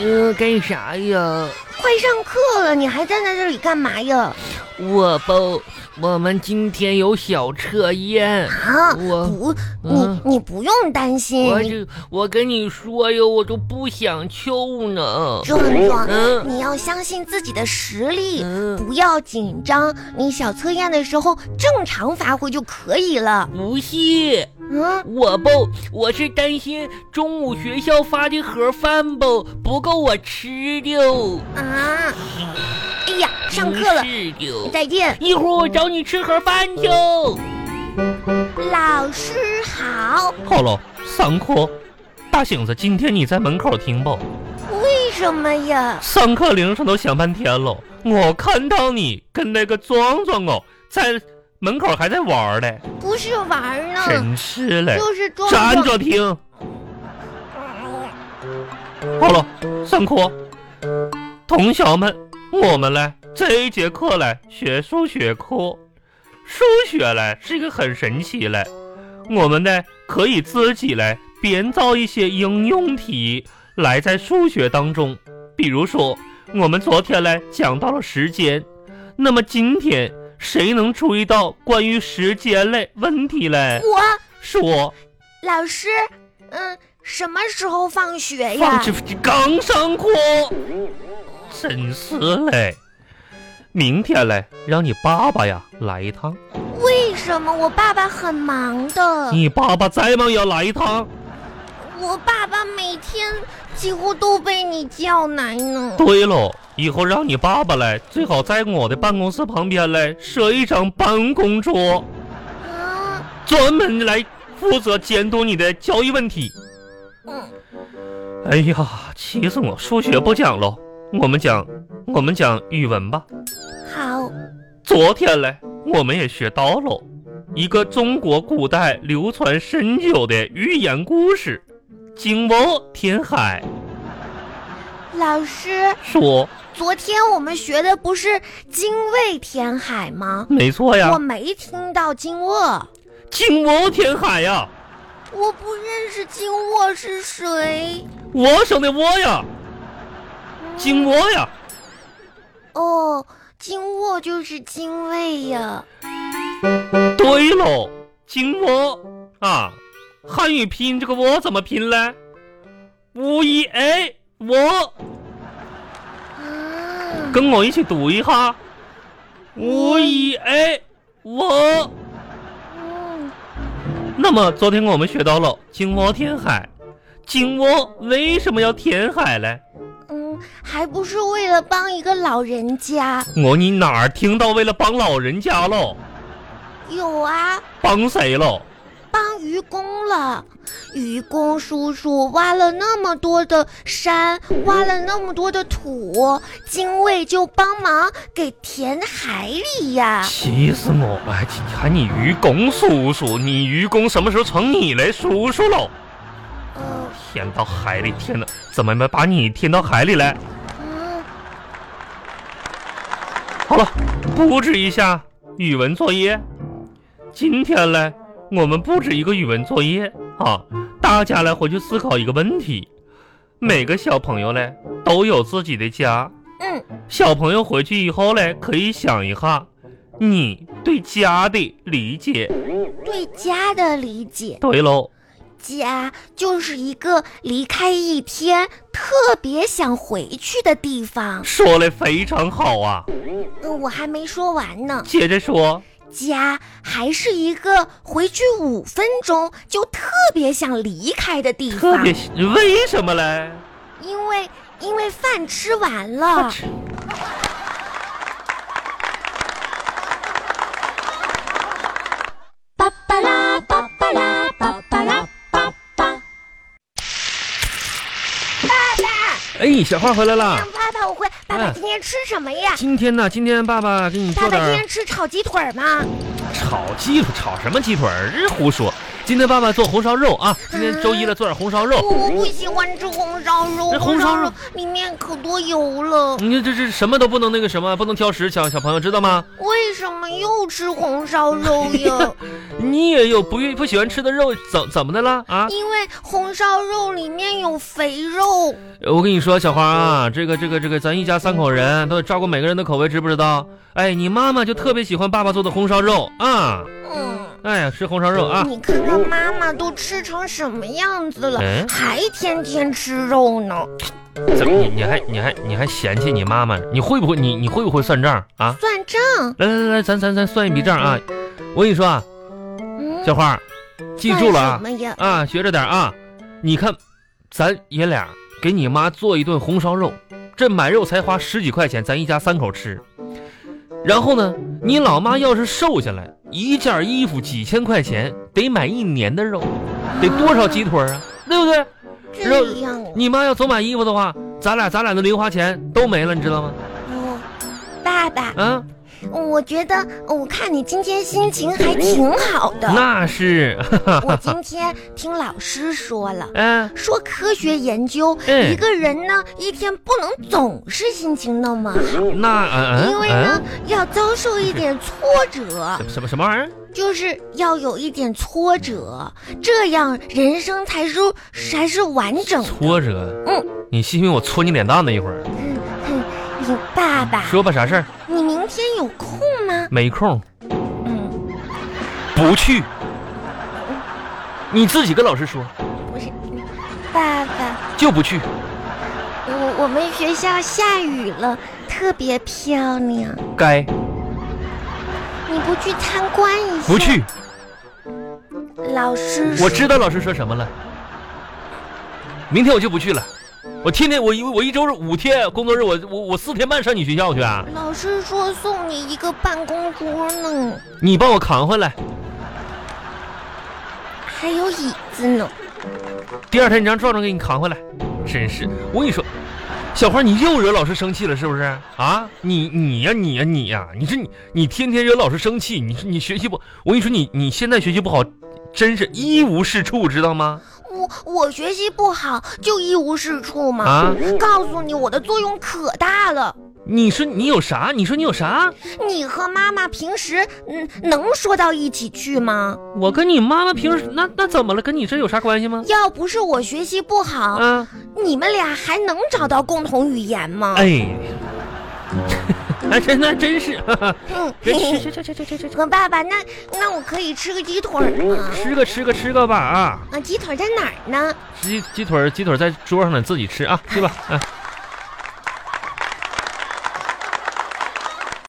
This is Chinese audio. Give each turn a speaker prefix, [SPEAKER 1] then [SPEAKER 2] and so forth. [SPEAKER 1] 嗯，干啥呀？
[SPEAKER 2] 快上课了，你还站在这里干嘛呀？
[SPEAKER 1] 我不，我们今天有小测验。
[SPEAKER 2] 啊，
[SPEAKER 1] 我
[SPEAKER 2] 不，
[SPEAKER 1] 嗯
[SPEAKER 2] 你你不用担心，
[SPEAKER 1] 我
[SPEAKER 2] 你
[SPEAKER 1] 就我跟你说哟，我都不想秀呢。
[SPEAKER 2] 壮壮，
[SPEAKER 1] 嗯
[SPEAKER 2] 你要相信自己的实力，
[SPEAKER 1] 嗯，
[SPEAKER 2] 不要紧张。你小测验的时候正常发挥就可以了。
[SPEAKER 1] 不是，
[SPEAKER 2] 嗯，
[SPEAKER 1] 我不，我是担心中午学校发的盒饭不不够我吃的哦，
[SPEAKER 2] 啊，哎呀，上课了
[SPEAKER 1] 不，是的。
[SPEAKER 2] 再见，
[SPEAKER 1] 一会儿我找你吃盒饭去。
[SPEAKER 2] 嗯老师好。
[SPEAKER 3] 好了，上课。大醒子，今天你在门口听不？
[SPEAKER 2] 为什么呀？
[SPEAKER 3] 上课铃声都响半天了，我看到你跟那个壮壮哦，在门口还在玩儿嘞，
[SPEAKER 2] 不是玩儿呢，
[SPEAKER 3] 真是嘞，
[SPEAKER 2] 就是壮
[SPEAKER 3] 站
[SPEAKER 2] 壮。
[SPEAKER 3] 着听。好了，上课。同学们，我们嘞这一节课嘞学数学课，数学嘞是一个很神奇嘞，我们呢可以自己嘞编造一些应用题来在数学当中，比如说我们昨天嘞讲到了时间，那么今天谁能注意到关于时间类问题嘞？
[SPEAKER 2] 我
[SPEAKER 3] 说
[SPEAKER 2] 老师，嗯，什么时候放学
[SPEAKER 3] 放
[SPEAKER 2] 呀？
[SPEAKER 3] 这刚上课，真是嘞！明天嘞，让你爸爸呀来一趟，
[SPEAKER 2] 为什么我爸爸很忙的？
[SPEAKER 3] 你爸爸再忙也要来一趟。
[SPEAKER 2] 我爸爸每天几乎都被你叫来呢。
[SPEAKER 3] 对喽，以后让你爸爸来，最好在我的办公室旁边嘞设一张办公桌，
[SPEAKER 2] 啊，
[SPEAKER 3] 专门来负责监督你的交易问题。
[SPEAKER 2] 嗯，
[SPEAKER 3] 哎呀，气死我！数学不讲喽，我们讲，我们讲语文吧。
[SPEAKER 2] 好，
[SPEAKER 3] 昨天嘞，我们也学到喽一个中国古代流传深久的寓言故事《惊涛填海
[SPEAKER 2] 老师，》。
[SPEAKER 3] 说，
[SPEAKER 2] 昨天我们学的不是精卫填海吗？
[SPEAKER 3] 没错
[SPEAKER 2] 我
[SPEAKER 3] 呀，
[SPEAKER 2] 没听到精卫，
[SPEAKER 3] 惊涛填海呀，
[SPEAKER 2] 我不认识精卫是谁。
[SPEAKER 3] 我省的我呀，惊涛呀。
[SPEAKER 2] 哦，精卫就是精卫呀。
[SPEAKER 3] 对喽，惊涛啊，汉语拼音这个我怎么拼嘞？五一 a 我，
[SPEAKER 2] 啊，
[SPEAKER 3] 跟我一起读一下，五一 a 我。
[SPEAKER 2] 嗯，
[SPEAKER 3] 那么昨天我们学到了金窝填海，金窝为什么要填海嘞？
[SPEAKER 2] 嗯，还不是为了啊帮一个老人家。
[SPEAKER 3] 我你哪儿听到为了帮老人家喽？
[SPEAKER 2] 有啊，
[SPEAKER 3] 帮谁喽？
[SPEAKER 2] 帮愚公了。愚公叔叔挖了那么多的山，挖了那么多的土，精卫就帮忙给填海里呀。
[SPEAKER 3] 气死我了！你看你愚公叔叔，你愚公什么时候成你嘞叔叔喽？
[SPEAKER 2] 呃，
[SPEAKER 3] 填到海里，填到怎么没把你填到海里来？
[SPEAKER 2] 嗯，
[SPEAKER 3] 好了，布置一下语文作业。今天嘞，我们布置一个语文作业啊，大家来回去思考一个问题。每个小朋友嘞都有自己的家，
[SPEAKER 2] 嗯，
[SPEAKER 3] 小朋友回去以后嘞可以想一下，你对家的理解。
[SPEAKER 2] 对家的理解，
[SPEAKER 3] 对喽，
[SPEAKER 2] 家就是一个离开一天特别想回去的地方。
[SPEAKER 3] 说嘞非常好啊。
[SPEAKER 2] 嗯，我还没说完呢。
[SPEAKER 3] 接着说，
[SPEAKER 2] 家还是一个回去五分钟就特别想离开的地
[SPEAKER 3] 特
[SPEAKER 2] 方
[SPEAKER 3] 别，喜为什么嘞？
[SPEAKER 2] 因为因为饭吃完了。
[SPEAKER 4] 巴巴拉巴巴拉巴巴拉巴巴。
[SPEAKER 1] 哎，小花回来啦
[SPEAKER 2] 让。爸爸，我会。爸爸
[SPEAKER 1] 嗯
[SPEAKER 2] 今天吃什么呀？
[SPEAKER 1] 今天呢，今天爸爸给你
[SPEAKER 2] 爸
[SPEAKER 1] 做
[SPEAKER 2] 爸
[SPEAKER 1] 点
[SPEAKER 2] 今
[SPEAKER 1] 儿
[SPEAKER 2] 天吃炒鸡腿吗？
[SPEAKER 1] 炒鸡腿，炒什么鸡腿儿？胡说！
[SPEAKER 3] 今天爸爸做红烧肉啊，今天周一了，做点红烧肉。
[SPEAKER 2] 我我不喜欢吃红烧肉，
[SPEAKER 3] 那红烧肉
[SPEAKER 2] 里面可多油了。
[SPEAKER 3] 你这是什么都不能那个什么，不能挑食，小小朋友知道吗？
[SPEAKER 2] 为什么又吃红烧肉呀？
[SPEAKER 3] 你也有不愿不喜欢吃的肉，怎怎么的了啊？
[SPEAKER 2] 因为红烧肉里面有肥肉。
[SPEAKER 3] 我跟你说，小花啊，这个这个这个，咱一家三口人都得照顾每个人的口味，知不知道？哎，你妈妈就特别喜欢爸爸做的红烧肉啊，
[SPEAKER 2] 嗯，
[SPEAKER 3] 哎呀，吃红烧肉啊。
[SPEAKER 2] 你看看妈妈都吃成什么样子了，
[SPEAKER 3] 哎，
[SPEAKER 2] 还天天吃肉呢。
[SPEAKER 3] 怎么你你还你还你还嫌弃你妈妈？你会不会你你会不会算账啊？
[SPEAKER 2] 算账，
[SPEAKER 3] 来来来，咱咱咱算一笔账啊！我跟你说啊，
[SPEAKER 2] 嗯，
[SPEAKER 3] 小花，记
[SPEAKER 2] 算
[SPEAKER 3] 住了
[SPEAKER 2] 什
[SPEAKER 3] 啊
[SPEAKER 2] 么呀？
[SPEAKER 3] 啊，学着点啊！你看，咱爷俩给你妈做一顿红烧肉，这买肉才花十几块钱，咱一家三口吃。然后呢，你老妈要是瘦下来，一件衣服几千块钱，得买一年的肉，得多少鸡腿啊，对不对？肉
[SPEAKER 2] 这样啊，
[SPEAKER 3] 你妈要总买衣服的话，咱俩咱俩的零花钱都没了，你知道吗？
[SPEAKER 2] 哦爸爸，
[SPEAKER 3] 啊，
[SPEAKER 2] 我觉得我看你今天心情还挺好的。
[SPEAKER 3] 那是，
[SPEAKER 2] 我今天听老师说了。
[SPEAKER 3] 嗯、
[SPEAKER 2] 说科学研究，
[SPEAKER 3] 嗯
[SPEAKER 2] 一个人呢一天不能总是心情那么好，
[SPEAKER 3] 那嗯
[SPEAKER 2] 因为呢
[SPEAKER 3] 嗯
[SPEAKER 2] 要遭受一点挫折，
[SPEAKER 3] 嗯，什么什么玩意儿？
[SPEAKER 2] 就是要有一点挫折，这样人生才是才是完整的。
[SPEAKER 3] 挫折？
[SPEAKER 2] 嗯，
[SPEAKER 3] 你信不信我搓你脸蛋子一会儿？
[SPEAKER 2] 嗯嗯，你爸爸，
[SPEAKER 3] 说吧，啥事儿？
[SPEAKER 2] 你明天有空吗？
[SPEAKER 3] 没空，
[SPEAKER 2] 嗯，
[SPEAKER 3] 不去。你自己跟老师说，
[SPEAKER 2] 不是，爸爸，
[SPEAKER 3] 就不去。
[SPEAKER 2] 我我们学校下雨了，特别漂亮，
[SPEAKER 3] 该
[SPEAKER 2] 你不去参观一下？
[SPEAKER 3] 不。去。
[SPEAKER 2] 老师说，
[SPEAKER 3] 我知道老师说什么了。明天我就不去了。我天天我一我一周五天工作日，我我我四天半上你学校去啊！
[SPEAKER 2] 老师说送你一个办公桌呢，
[SPEAKER 3] 你帮我扛回来。
[SPEAKER 2] 还有椅子呢。
[SPEAKER 3] 第二天你让壮壮给你扛回来。真是，我跟你说，小花，你又惹老师生气了，是不是啊？你你呀、你呀、你呀、你这你你天天惹老师生气，你说你学习不？我跟你说，你你现在学习不好，真是一无是处，知道吗？
[SPEAKER 2] 我我学习不好就一无是处嘛。
[SPEAKER 3] 啊
[SPEAKER 2] 告诉你，我的作用可大了。
[SPEAKER 3] 你说你有啥？你说你有啥？
[SPEAKER 2] 你和妈妈平时嗯能说到一起去吗？
[SPEAKER 3] 我跟你妈妈平时那那怎么了？跟你这有啥关系吗？
[SPEAKER 2] 要不是我学习不好，
[SPEAKER 3] 啊，
[SPEAKER 2] 你们俩还能找到共同语言吗？
[SPEAKER 3] 哎，哎，真 那真是， 哈哈，
[SPEAKER 2] 嗯，
[SPEAKER 3] 别
[SPEAKER 2] 嘿嘿
[SPEAKER 3] 去 去去去去去去，
[SPEAKER 2] 和爸爸，那那我可以吃个鸡腿儿吗？
[SPEAKER 3] 吃个吃个吃个吧啊！
[SPEAKER 2] 啊，鸡腿在哪儿呢？
[SPEAKER 3] 鸡鸡腿儿鸡腿儿在桌上呢，自己吃啊，去吧，啊。